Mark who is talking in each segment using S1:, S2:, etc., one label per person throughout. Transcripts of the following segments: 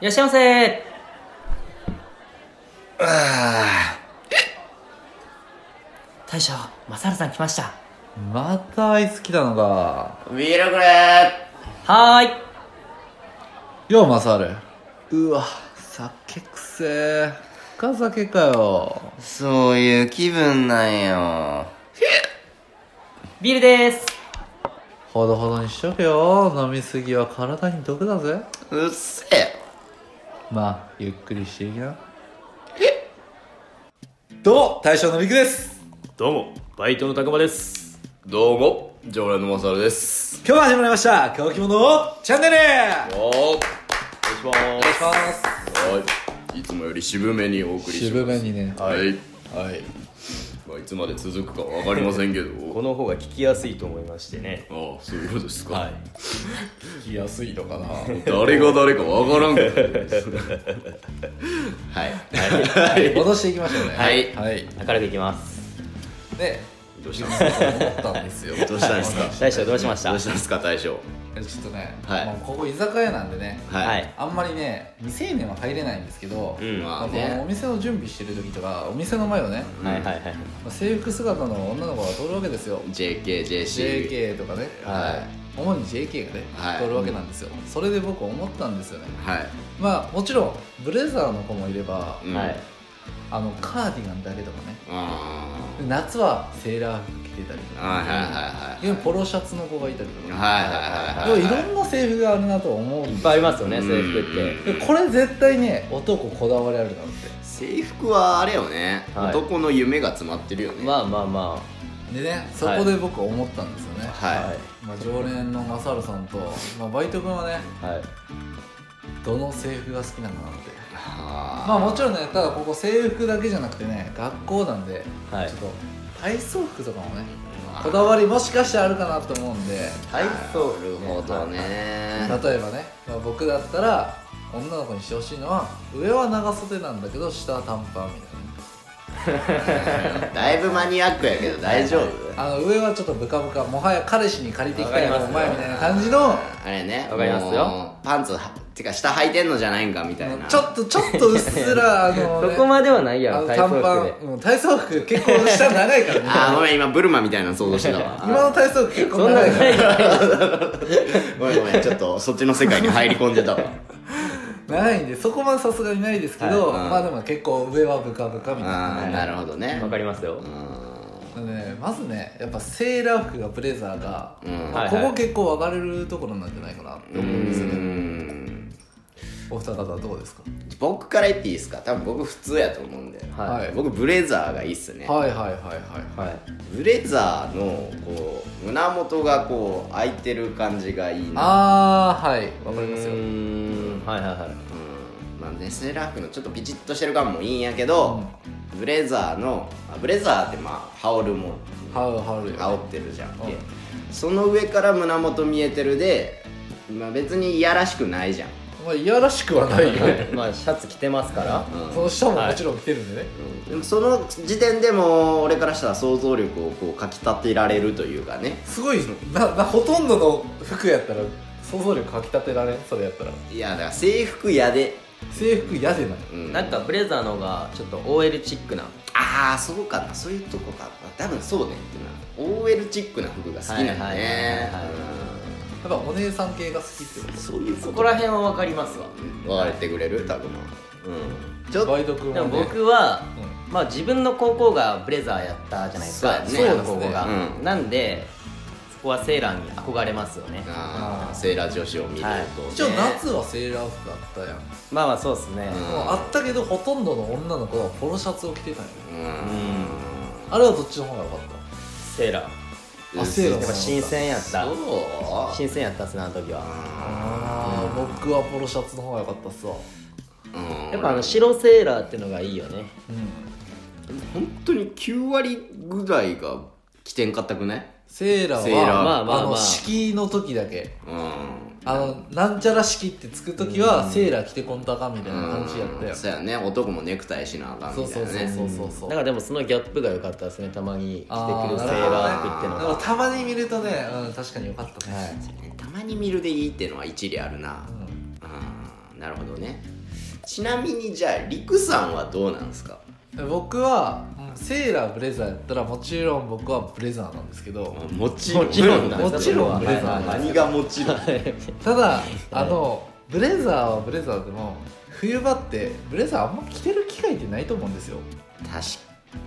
S1: いらっしゃいませ
S2: あ
S1: 大将マサルさん来ました
S2: あまたアイス来たのか
S3: ビールくれ
S1: はーい
S2: ようマサルうわ酒くせえ深酒かよ
S3: そういう気分なんよ。
S1: ビールです
S2: ほどほどにしとけよ飲みすぎは体に毒だぜ
S3: うっせえ。
S2: まあゆっくりしていきなどうも大将のみくです
S4: どうもバイトのたくまです
S3: どうも、常連のマサルです。
S2: 今日も始まりました「乾き物チャンネル」
S3: おー
S4: お願いします
S3: はい。いつもより渋めにお送りします。
S2: 渋めにね
S3: はい。
S2: はい
S3: まあ、いつまで続くかわかりませんけど。
S4: この方が聞きやすいと思いましてね
S3: ああ、そういうことですか。
S2: 聞きやすいのかな
S3: 誰が誰かわからんけど。 はい。
S2: 戻していきましょうね
S3: はい
S2: はい
S1: 明るくいきます
S2: で
S3: どうしたんですか
S2: 思ったんですよ
S3: どうしたんですか
S1: 大将どうしました
S3: どうしたんですか、大将。
S2: ちょっとね、
S3: はい
S2: もうここ居酒屋なんでね、
S1: は
S3: はいい。
S2: あんまりね未成年は入れないんですけど、
S3: うんまあ
S2: あの
S3: ね
S2: お店の準備してる時とかお店の前をね、
S1: はいはいはい
S2: 制服姿の女の子が通るわけですよ
S3: JK、JC。
S2: JK とかね、
S3: は
S2: 主に JK がね、
S3: はい
S2: 通るわけなんですよそれで僕思ったんですよね
S3: はい。
S2: まあもちろんブレザーの子もいれば、
S3: うん
S1: はい
S2: あのカーディガンだけとかね
S3: あ
S2: で夏はセーラー服着てたりと
S3: あ
S2: か
S3: はいはいはいはい
S2: でポロシャツの子がいたりとか、
S3: はいはいはい
S2: でも
S3: はい
S2: いろんな制服があるなとは思うん
S1: い
S2: で
S1: っ
S2: す
S1: ぱいありますよね
S3: うん
S1: 制服って
S2: でこれ絶対ね男こだわりあるなって
S3: 制服はあれよね、
S1: はい
S3: 男の夢が詰まってるよね
S1: まあまあま
S2: でねそこで僕思ったんですよね、
S1: あ
S3: はい、
S2: まあ、常連のマサルさんと、まあ、バイト君はね
S1: はい
S2: どの制服が好きなのかなって
S3: は
S2: まあもちろんねただここ制服だけじゃなくてね学校なんで、
S1: はい
S2: ちょっと体操服とかもね
S3: あ
S2: こだわりもしかしてあるかなと思うんで
S3: 体操なるほどね、
S2: 例えばね、まあ、僕だったら女の子にしてほしいのは上は長袖なんだけど下は短パンみたいなね
S3: だいぶマニアックやけど大丈夫
S2: あの上はちょっとブカブカもはや彼氏に借りてきた
S1: わ
S2: よ
S1: かり
S2: お
S1: ますよ
S2: 前みたいな感じの
S3: あれね
S1: わかりますよ
S3: もうパンツはてか下履いてんのじゃないんかみたいな
S2: ちょっとちょっとうっす らあ
S1: あ
S2: の、
S1: そ
S2: ね、
S1: こまではない
S2: あ
S1: やろ
S2: の
S1: 体操
S2: 短パ
S1: 服
S2: ン
S1: で、
S2: うん、体操服結構下長いから ね
S3: あーごめん今ブルマみたいなの想像してたわ
S2: 今の体操服結構
S1: そんな
S2: 長
S1: の
S2: いか
S1: な
S2: ら
S1: いから
S3: ごめんごめんちょっとそっちの世界に入り込んでたわ
S2: 長いんでそこまでさすがにないですけど、
S3: はいうん
S2: まあでも結構上はブカブカみたいな
S3: あーなるほどね
S1: わかりますよ
S2: なんでねまずねやっぱセーラー服がブレザーが、
S3: うん
S1: はい
S2: ここ結構分かれるところなんじゃないかなって
S3: う
S2: 思うんですよね
S3: ん
S2: お二方はどうですか
S3: 僕から言っていいですか多分僕普通やと思うんで、
S1: はい
S3: 僕ブレザーがいいっすね、
S2: はいはいはいはい
S1: はい
S3: ブレザーのこう胸元がこう開いてる感じがいいな
S2: ああはいわかります
S1: う
S2: よ
S1: ーんはいはいはい
S3: うんまあねセーラー服のちょっとピチッとしてる感もいいんやけど、ブレザーのあブレザーってまあ羽織るもん
S2: ハウハウよ
S3: 羽織ってるじゃん
S2: うん
S3: でその上から胸元見えてるで、まあ、別にいやらしくないじゃん、
S2: まあいやらしくはないよね
S1: まあシャツ着てますから
S3: うん
S2: その下ももちろん着てるんでね、
S3: うんでもその時点でもう俺からしたら想像力をこうかきたてられるというかね
S2: すごいななほとんどの服やったら想像力かきたてられんそれやったら
S3: いやだから制服やで、
S2: 制服嫌でない
S3: うん
S1: なんかブレザーの方がちょっと OL チックな
S3: ああそうかなそういうとこか多分そうねっていうのは OL チックな服が好きなんだね
S1: はいはいはいはい
S2: やっぱお姉さん系が好きってこ
S3: うんそういう
S1: そ
S3: こ
S1: こら辺は分かりますわ
S3: と分かれてくれる多分うん
S2: と
S3: ちょっと
S2: バイト君
S1: で
S2: は
S1: も
S2: ね
S1: 僕は
S2: うん
S1: まあ自分の高校がブレザーやったじゃないですか
S3: そうやね
S1: の高校が、
S3: そうですねうん
S1: なんでそこはセーラーに憧れますよね
S3: あ
S2: あー
S3: ーセーラー女子を見ると、
S1: はい
S2: 一応夏はセーラー服あったやん、
S1: まあまあそうですね、
S3: うん
S2: もうあったけどほとんどの女の子はポロシャツを着てたんや
S3: うん
S2: あれはどっちの方が良かっ
S1: セーラー
S2: たあセーラー
S1: やっぱ新鮮やった
S3: そう
S1: 新鮮やったっすねあの時は
S2: ああ僕はポロシャツの方が良かったっすわ
S3: うん
S1: やっぱあの白セーラーってのがいいよね
S2: うん
S3: 本当に9割ぐらいが起点硬くない
S2: セーラーは
S3: セーラー
S1: まあまあまあ
S2: の式の時だけ
S3: うん
S2: あのなんちゃら式ってつく時はセーラー着てこんとあかんみたいな感じやったよ
S3: そうやね男もネクタイしなあかん
S2: そ
S3: み
S2: う
S3: た
S2: そ
S3: いうな
S2: そう
S3: ね
S2: そうそうそう
S1: だからでもそのギャップが良かったですねたまに着てく
S2: あー
S1: るセーラー服っての
S2: だ
S1: が
S2: からたまに見るとね、うん、確かに良かったね、
S3: たまに見るでいいってのは一理あるな、
S2: うん
S3: うん、なるほどねちなみにじゃありくさんはどうなんですか
S2: 僕はセーラーブレザーやったらもちろん僕はブレザーなんですけど
S3: もちろん
S1: もちろんだ
S2: もちろんブレザーなんです
S3: 何がもちろん
S2: ただあのブレザーはブレザーでも冬場ってブレザーあんま着てる機会ってないと思うんですよ
S3: 確か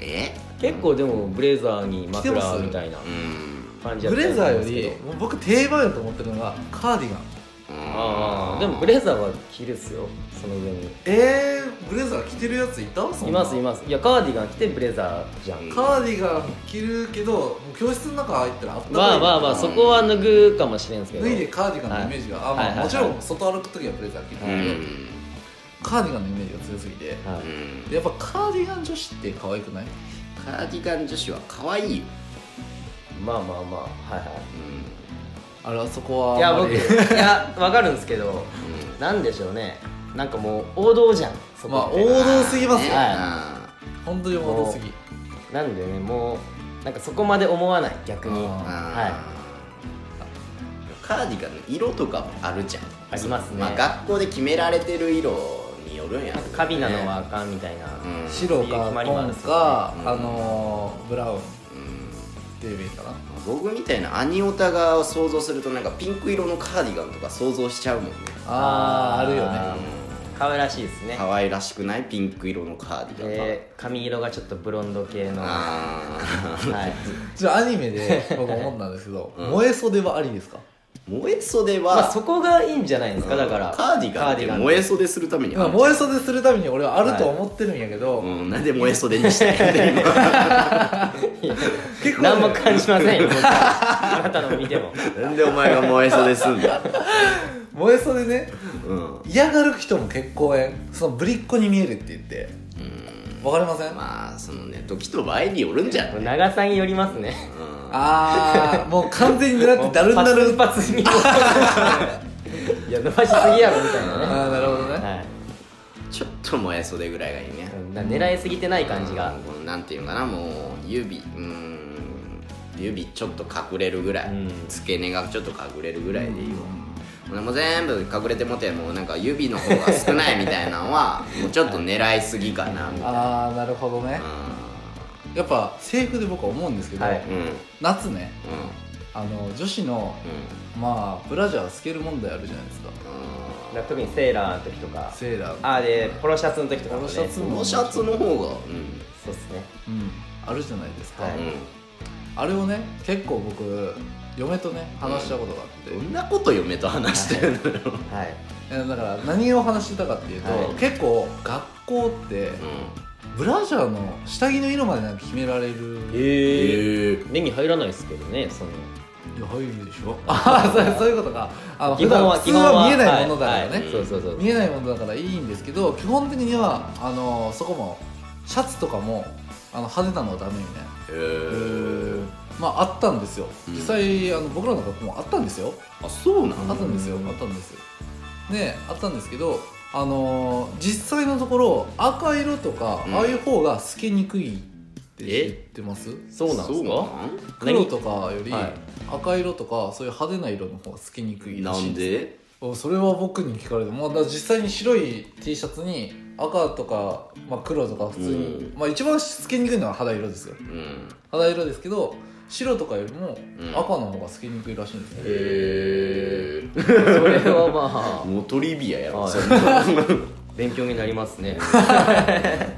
S3: え
S1: 結構でもブレザーにマフラーみたいな
S3: うん
S1: 感じや
S2: ブ
S1: った
S2: レ
S1: と
S2: ザー
S1: 思うん
S2: よ
S1: ですけど
S2: りもう僕定番やと思ってるのがカーディガン
S1: ああでもブレザーは着るっすよその上に
S2: えー、ブレザー着てるやついたそ
S1: い
S2: んな
S1: ますいますいやカーディガン着てブレザーじゃん
S2: カーディガン着るけどもう教室の中入ったらあったかい
S1: まあまあまあそこは脱ぐかもしれんすけど
S2: 脱いでカーディガンのイメージが、あ
S1: はい
S2: ま
S1: はい
S2: あ、
S1: はい
S2: もちろん外歩く時はブレザー着るけど、
S3: うん
S2: カーディガンのイメージが強すぎて
S1: はい
S3: うん
S2: やっぱカーディガン女子って可愛くない
S3: カーディガン女子は可愛いよ
S1: まあまあまあはいは
S3: う
S2: あれはそこはい
S1: いや
S2: あんま
S1: 僕
S2: り
S1: いやわかるんですけど
S3: んうん
S1: なんでしょうねなんかもう王道じゃんそ
S2: まあ
S1: こって
S2: 王道すぎますよ
S1: ね
S3: は
S2: 本当に王道すぎ
S1: なんでねもうなんかそこまで思わない逆
S2: あ
S1: に
S3: い
S1: は
S3: カーディガンの色とかもあるじゃん
S1: ありますね
S3: まあ、学校で決められてる色によるんやろうね
S1: いカビなのはあかんみたいな、
S3: うん
S2: 白か
S1: 決まりもあ
S2: 紺
S1: るんです
S2: か
S1: よ、
S3: ねうん
S2: あのーブラウンっ
S3: うん
S2: ていうイメージかな
S3: 僕みたいなアニオタが想像するとなんかピンク色のカーディガンとか想像しちゃうもんね
S2: あーあるよ
S1: あ
S2: ね
S1: 可愛らしいですね
S3: 可愛らしくないピンク色のカーディガン、
S1: で髪色がちょっとブロンド系のは
S3: あ
S1: い
S3: ー
S2: じゃあアニメで僕思ったんですけ ど、
S3: うん
S2: 燃え袖はありですか
S3: 燃え袖は、
S1: まあそこがいいんじゃないですかだから
S3: カーディガンって燃え袖するために
S2: 今
S3: ある
S2: 燃え袖するために俺はあると思ってるんやけど、
S3: うん、なんで燃え袖にしたいんだよ
S2: 結構ね、
S1: 何も感じませ んよ僕はあなたのを見ても
S3: 今 なんでお前が燃え袖すんだよ、
S2: 燃え袖ね
S3: うん、
S2: 嫌がる人も結構えんそのぶりっ子に見えるって言ってわかりません、
S3: まあそのね時と場合によるんじゃん、うん、
S1: 長さによりますね
S2: あーもう完全にだ ってだるんだるん
S1: パツンパツンにいや伸ばしすぎやろみたい
S2: あ
S1: なね
S2: ーなるほどね、
S1: はい
S3: ちょっと燃え袖ぐらいがいいね
S1: うんな狙いすぎてない感じが
S3: うんこのなんていうのかなもう指うーん指ちょっと隠れるぐらい、
S1: うん
S3: 付け根がちょっと隠れるぐらいでいいわ、俺もう全部隠れてもてもうなんか指の方が少ないみたいなの はもうちょっと狙いすぎかなみたいな
S2: ああなるほどねやっぱ制服で僕は思うんですけど、
S1: はい
S3: うんうんうん
S2: 夏ねあの女子のまあブラジャーは透ける問題あるじゃないですか
S1: な特にセーラーの時とか
S2: セーラー
S1: あーでポロシャツの時とかもね
S2: ポロシャツ
S3: う
S2: も
S3: んこのシャツの方がうん
S1: そうっすね
S2: うんあるじゃないですか、
S1: は
S3: うん
S2: あれをね結構僕嫁とね話したことがあって、
S3: どんなこと嫁と話してるのよ、
S1: はい
S2: えだから何を話してたかっていうと、
S1: はい
S2: 結構学校ってブラジャーの下着の色までなんか決められる
S1: へえ
S3: ええ
S1: 目に入らないですけどねその
S2: いや入るでしょああそうそういうことかあの
S1: 基
S2: 普
S1: 本
S2: 段
S1: は
S2: 普通は見えないものだからね、
S1: はいはいそうそうそう
S2: 見えないものだからいいんですけど基本的にはあのそこもシャツとかもあの派手なのはダメみたいな
S3: えー、
S2: まああったんですよ
S3: うん
S2: 実際、あの僕らの学校もあったんですよ
S3: あそうな
S2: あった
S3: の
S2: んですよあったんですよねあったんですけどあのー実際のところ赤色とか、
S3: うん
S2: ああいう方が透けにくいって知ってます
S1: そうなんですか
S3: なん
S2: 黒とかより
S1: はい
S2: 赤色とかそういう派手な色の方が透けにくいら
S3: な
S2: しい
S3: んで
S2: おそれは僕に聞かれても、まあ、だから実際に白い T シャツに赤とか、まあ、黒とか普通に、
S3: う
S2: まあ一番透けにくいのは肌色ですよ
S3: うん
S2: 肌色ですけど白とかよりも
S3: うん
S2: 赤の方が透けにくいらしいんですね、
S3: へえ
S1: それはま
S3: もうトリビアやろ、
S1: はい
S3: そんな
S1: あ勉強になりますね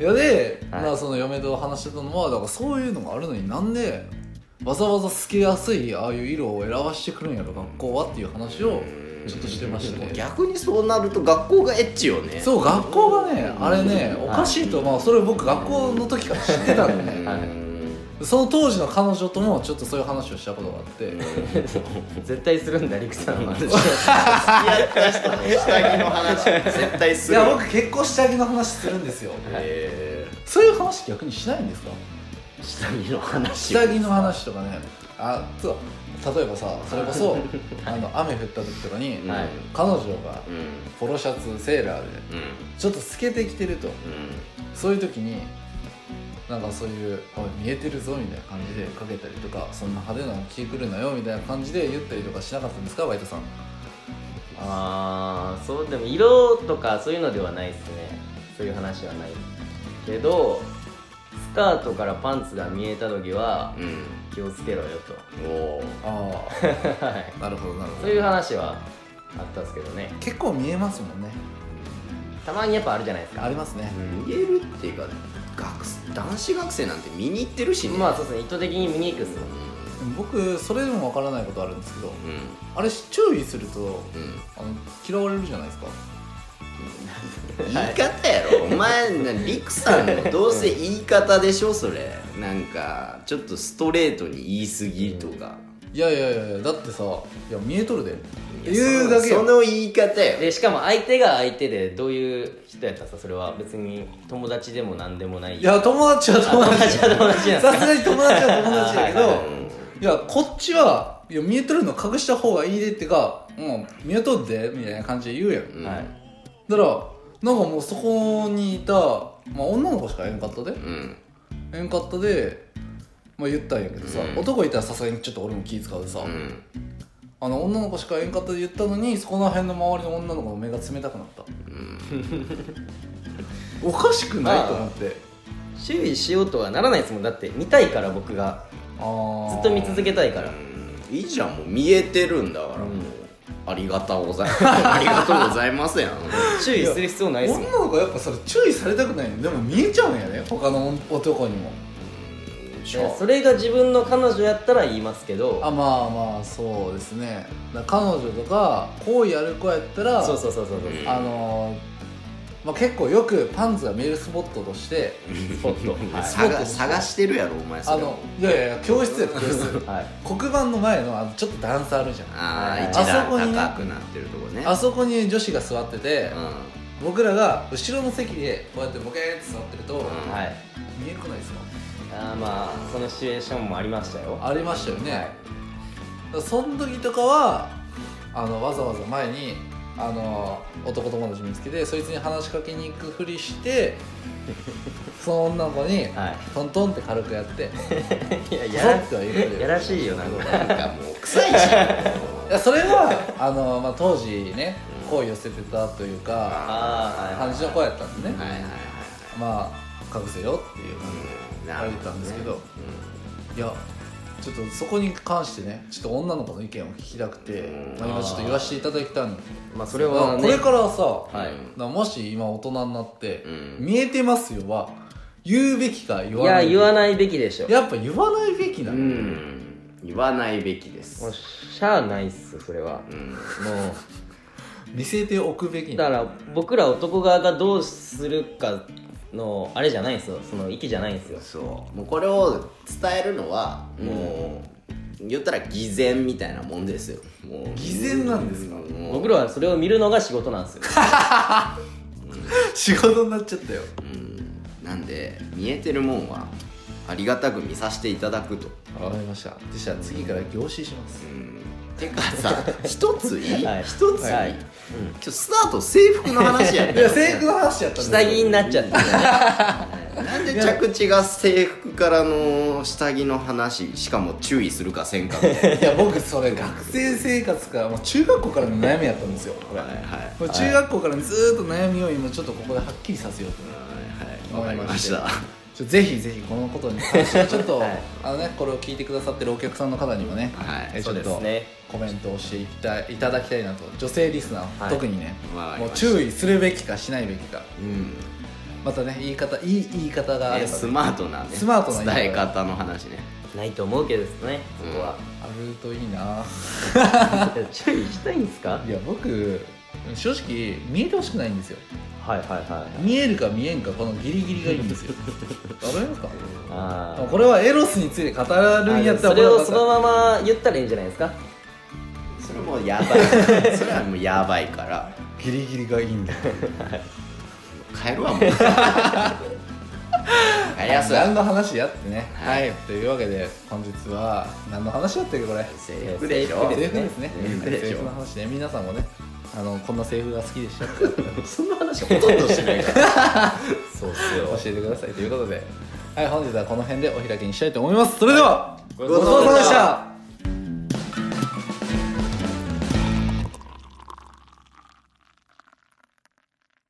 S2: いやで、
S1: はい
S2: まあその嫁と話してたのはだからそういうのがあるのになんでわざわざ透けやすいああいう色を選ばしてくるんやろ学校はっていう話をちょっとしてましたね
S3: 逆にそうなると学校がエッチよね
S2: そう学校がねあれね
S1: うん
S2: おかしいとまあそれ僕学校の時から知ってたんで
S3: う
S2: ね
S1: はい
S3: ん
S2: その当時の彼女ともちょっとそういう話をしたことがあって
S1: 絶対するんだ陸さんは
S3: 下着の話絶対す
S2: い
S3: る
S2: や僕結構下着の話するんですよ
S3: え
S2: そういう話逆にしないんですか
S3: ー下着の話を
S2: 下着の話とかねあそう例えばさそれこそあの雨降った時とかに
S3: うん
S1: はい
S2: 彼女が
S3: うん
S2: ポロシャツセーラーで
S3: うん
S2: ちょっと透けてきてるとそういう時になんかそういう「おい見えてるぞ」みたいな感じでかけたりとか「そんな派手なの着てくるなよ」みたいな感じで言ったりとかしなかったんですかバイトさん
S1: ああそうでも色とかそういうのではないですねそういう話はないけどスカートからパンツが見えた時は
S3: うん
S1: 気をつけろよ
S3: おー
S2: あ
S1: とはい
S2: あなるほどなるほ
S1: そ
S2: ど
S1: ういう話はあったんですけどね
S2: 結構見えますもんね
S1: たまにやっぱあるじゃないですか
S2: ありますね
S3: 見えるっていうか学男子学生なんて見に行ってるしね
S1: まあそうですね意図的に見に行くっすもん
S3: う
S2: でも僕それでもわからないことあるんですけど
S3: ん
S2: あれ注意すると
S3: うんうん
S2: あの嫌われるじゃないですか
S3: 言い方やろお前なリクさんのどうせ言い方でしょそれなんかちょっとストレートに言い過ぎとか
S2: いやいやいやいやだってさいや見えとるで言うだけ
S3: そ
S2: よ
S3: の言い方よ
S1: でしかも相手が相手でどういう人やったんですかそれは別に友達でも何でもない
S2: いや友達は友
S1: 友
S2: 達
S1: 達は友達なんです
S2: さすがに友達 は友達だけど
S1: はいはい
S2: いやこっちはいや見えとるの隠した方がいいでってかもう見えとるでみたいな感じで言うやん
S3: うん
S1: かはい
S2: だからなんかもうそこにいた、まあ、女の子しかえんかったで
S3: うん
S2: えんかったで、まあ、言ったんやけどさ、
S3: うん
S2: 男いたらさすがにちょっと俺も気使うでさ、
S3: うん
S2: あの女の子しかえんかったで言ったのにそこの辺の周りの女の子の目が冷たくなった
S3: うん
S2: おかしくな
S1: あ
S2: い
S1: あ
S2: と思って
S1: 注意しようとはならないですもんだって見たいから僕が
S2: ああ
S1: ずっと見続けたいから
S3: いいじゃんもう見えてるんだからもう、ありがとうございますありがとうございますやん
S1: 注意する必要ないですもん
S2: 女の子やっぱそれ注意されたくないのでも見えちゃうんやね他の男にも
S1: いやそれが自分の彼女やったら言いますけど
S2: あまあまあそうですねだから彼女とか好意ある子やったら
S1: そうそうそうそうそう
S2: あのーまあ、結構よくパンツが見えるスポットとして
S1: スポットはい
S3: 探探してるやろお前そ
S2: あ
S3: れ
S2: のいやいやいや教室や教室
S1: はい
S2: 黒板の前のあのちょっと段差あるじゃん
S3: あ
S1: はい
S3: ー一
S2: あそこに
S3: 段
S2: ね
S3: 高くなってるとこね
S2: あそこに女子が座ってて
S3: うん
S2: 僕らが後ろの席でこうやってボケーって座ってると
S3: ん
S1: はい
S2: 見えなくないですか
S1: あーまあそのシチュエーションもありましたよ
S2: ありましたよね、
S1: はい
S2: だからその時とかはあのわざわざ前にあの男友達見つけてそいつに話しかけに行くふりして その女の子に、
S1: は
S2: トントンって軽くやって
S1: い いや
S2: や
S1: や
S2: らっては言うけど
S1: らやらしいよなこれ
S3: なんかもう臭い
S2: い
S3: し
S2: やそれはあの、まあ、当時ね好意寄せてたというか
S1: ああ
S2: 感じの子やったんでね、
S3: はいはいはい
S2: まあ隠せよっていう感じで
S3: うん
S2: 言
S3: な
S2: わ
S3: る
S2: れ
S3: ほ
S2: た
S3: ど
S2: んですけ
S3: ね
S2: ど、いやちょっとそこに関してねちょっと女の子の意見を聞きたくて、
S3: うん
S2: まあ、今ちょっと言わせていただきたいんです
S1: まあそれ
S2: だか
S1: は
S2: ら
S1: ね
S2: これからさ、
S1: はい
S2: なもし今大人になって、
S3: うん
S2: 見えてますよは言うべきか言
S1: い
S2: わな
S1: や
S2: い
S1: 言わないべきでしょ
S2: やっぱ言わないべきな
S1: う
S2: の、
S3: うんん言わないべきです
S1: もうしゃあないっすそれは
S3: うん
S1: も
S2: 見せておくべき
S1: う
S2: な
S1: だ
S2: の
S1: から僕ら男側がどうするかのあれじゃないんですよその意気じゃないんですよ
S3: そうもうこれを伝えるのはもう言ったら偽善みたいなもんですよもう
S2: 偽善なんですか
S3: もう
S1: 僕らはそれを見るのが仕事なんですよ
S2: 仕事になっちゃったよ
S3: うんなんで見えてるもんはありがたく見させていただくと、
S2: わかりましたでしたら次から凝視します
S3: うん、てかさ一ついい、
S1: はい
S3: 一ついい、
S1: はいうん
S3: 今日スタート制服の話やっ
S2: い
S3: た
S2: や
S3: よ
S2: 制服の話やったん
S1: 下着になっちゃってるよね
S3: なんで着地が制服からの下着の話しかも注意するかせんか みたい
S2: いや僕それ学生生活からもう中学校からの悩みやったんですよこれ
S3: なはいはい
S2: もう中学校からずーっと悩みを今ちょっとここではっきりさせようと思って思
S3: はいはいわか
S2: い
S3: り
S2: ま
S3: ま
S2: し
S3: したた
S2: ちょぜひぜひこのことに関してはちょっと、
S1: はい
S2: あのねこれを聞いてくださってるお客さんの方にもね、
S3: はい
S2: えちょっ と
S1: そうですね
S2: コメントをしていたいただきたいなと女性リスナー、
S1: はい
S2: 特にね
S3: わかり
S2: もう
S3: ました
S2: 注意するべきかしないべきか
S3: うん
S2: またね言い方いい言い方があれ
S3: ね
S2: ば、
S3: スマートなね
S2: スマートな言い方
S3: 伝え方の話ね
S1: ないと思うけどですねそこは、
S2: あるといいな
S1: 注意したいんですか
S2: いや僕正直見えてほしくないんですよ
S1: はいはいはい
S2: 見えるか見えんかこのギリギリがいいんですよわかり ますか
S1: あー
S2: これはエロスについて語るんやったら
S1: それをその
S2: ま
S1: まま言ったらいいんじゃないですか
S3: それもうやばい それはもうやばいから
S2: ギリギリがいいんだ
S3: 帰るわ もう帰りやすい
S2: 何の話やってねは、
S3: はいい
S2: というわけで本日は何の話やったっけこれ
S3: 制服でしょ
S1: 制服
S2: 制服ですね
S3: 制服でしょ
S2: 制服の話ね皆さんもねあのこんな制服が好きでしたって教
S1: そんな話
S3: ほとんどしてないからそうっすよ
S2: えてくださいということではい本日はこの辺でお開きにしたいと思いますそれでは、ごちそうさまでし
S1: ごちそうさ
S2: た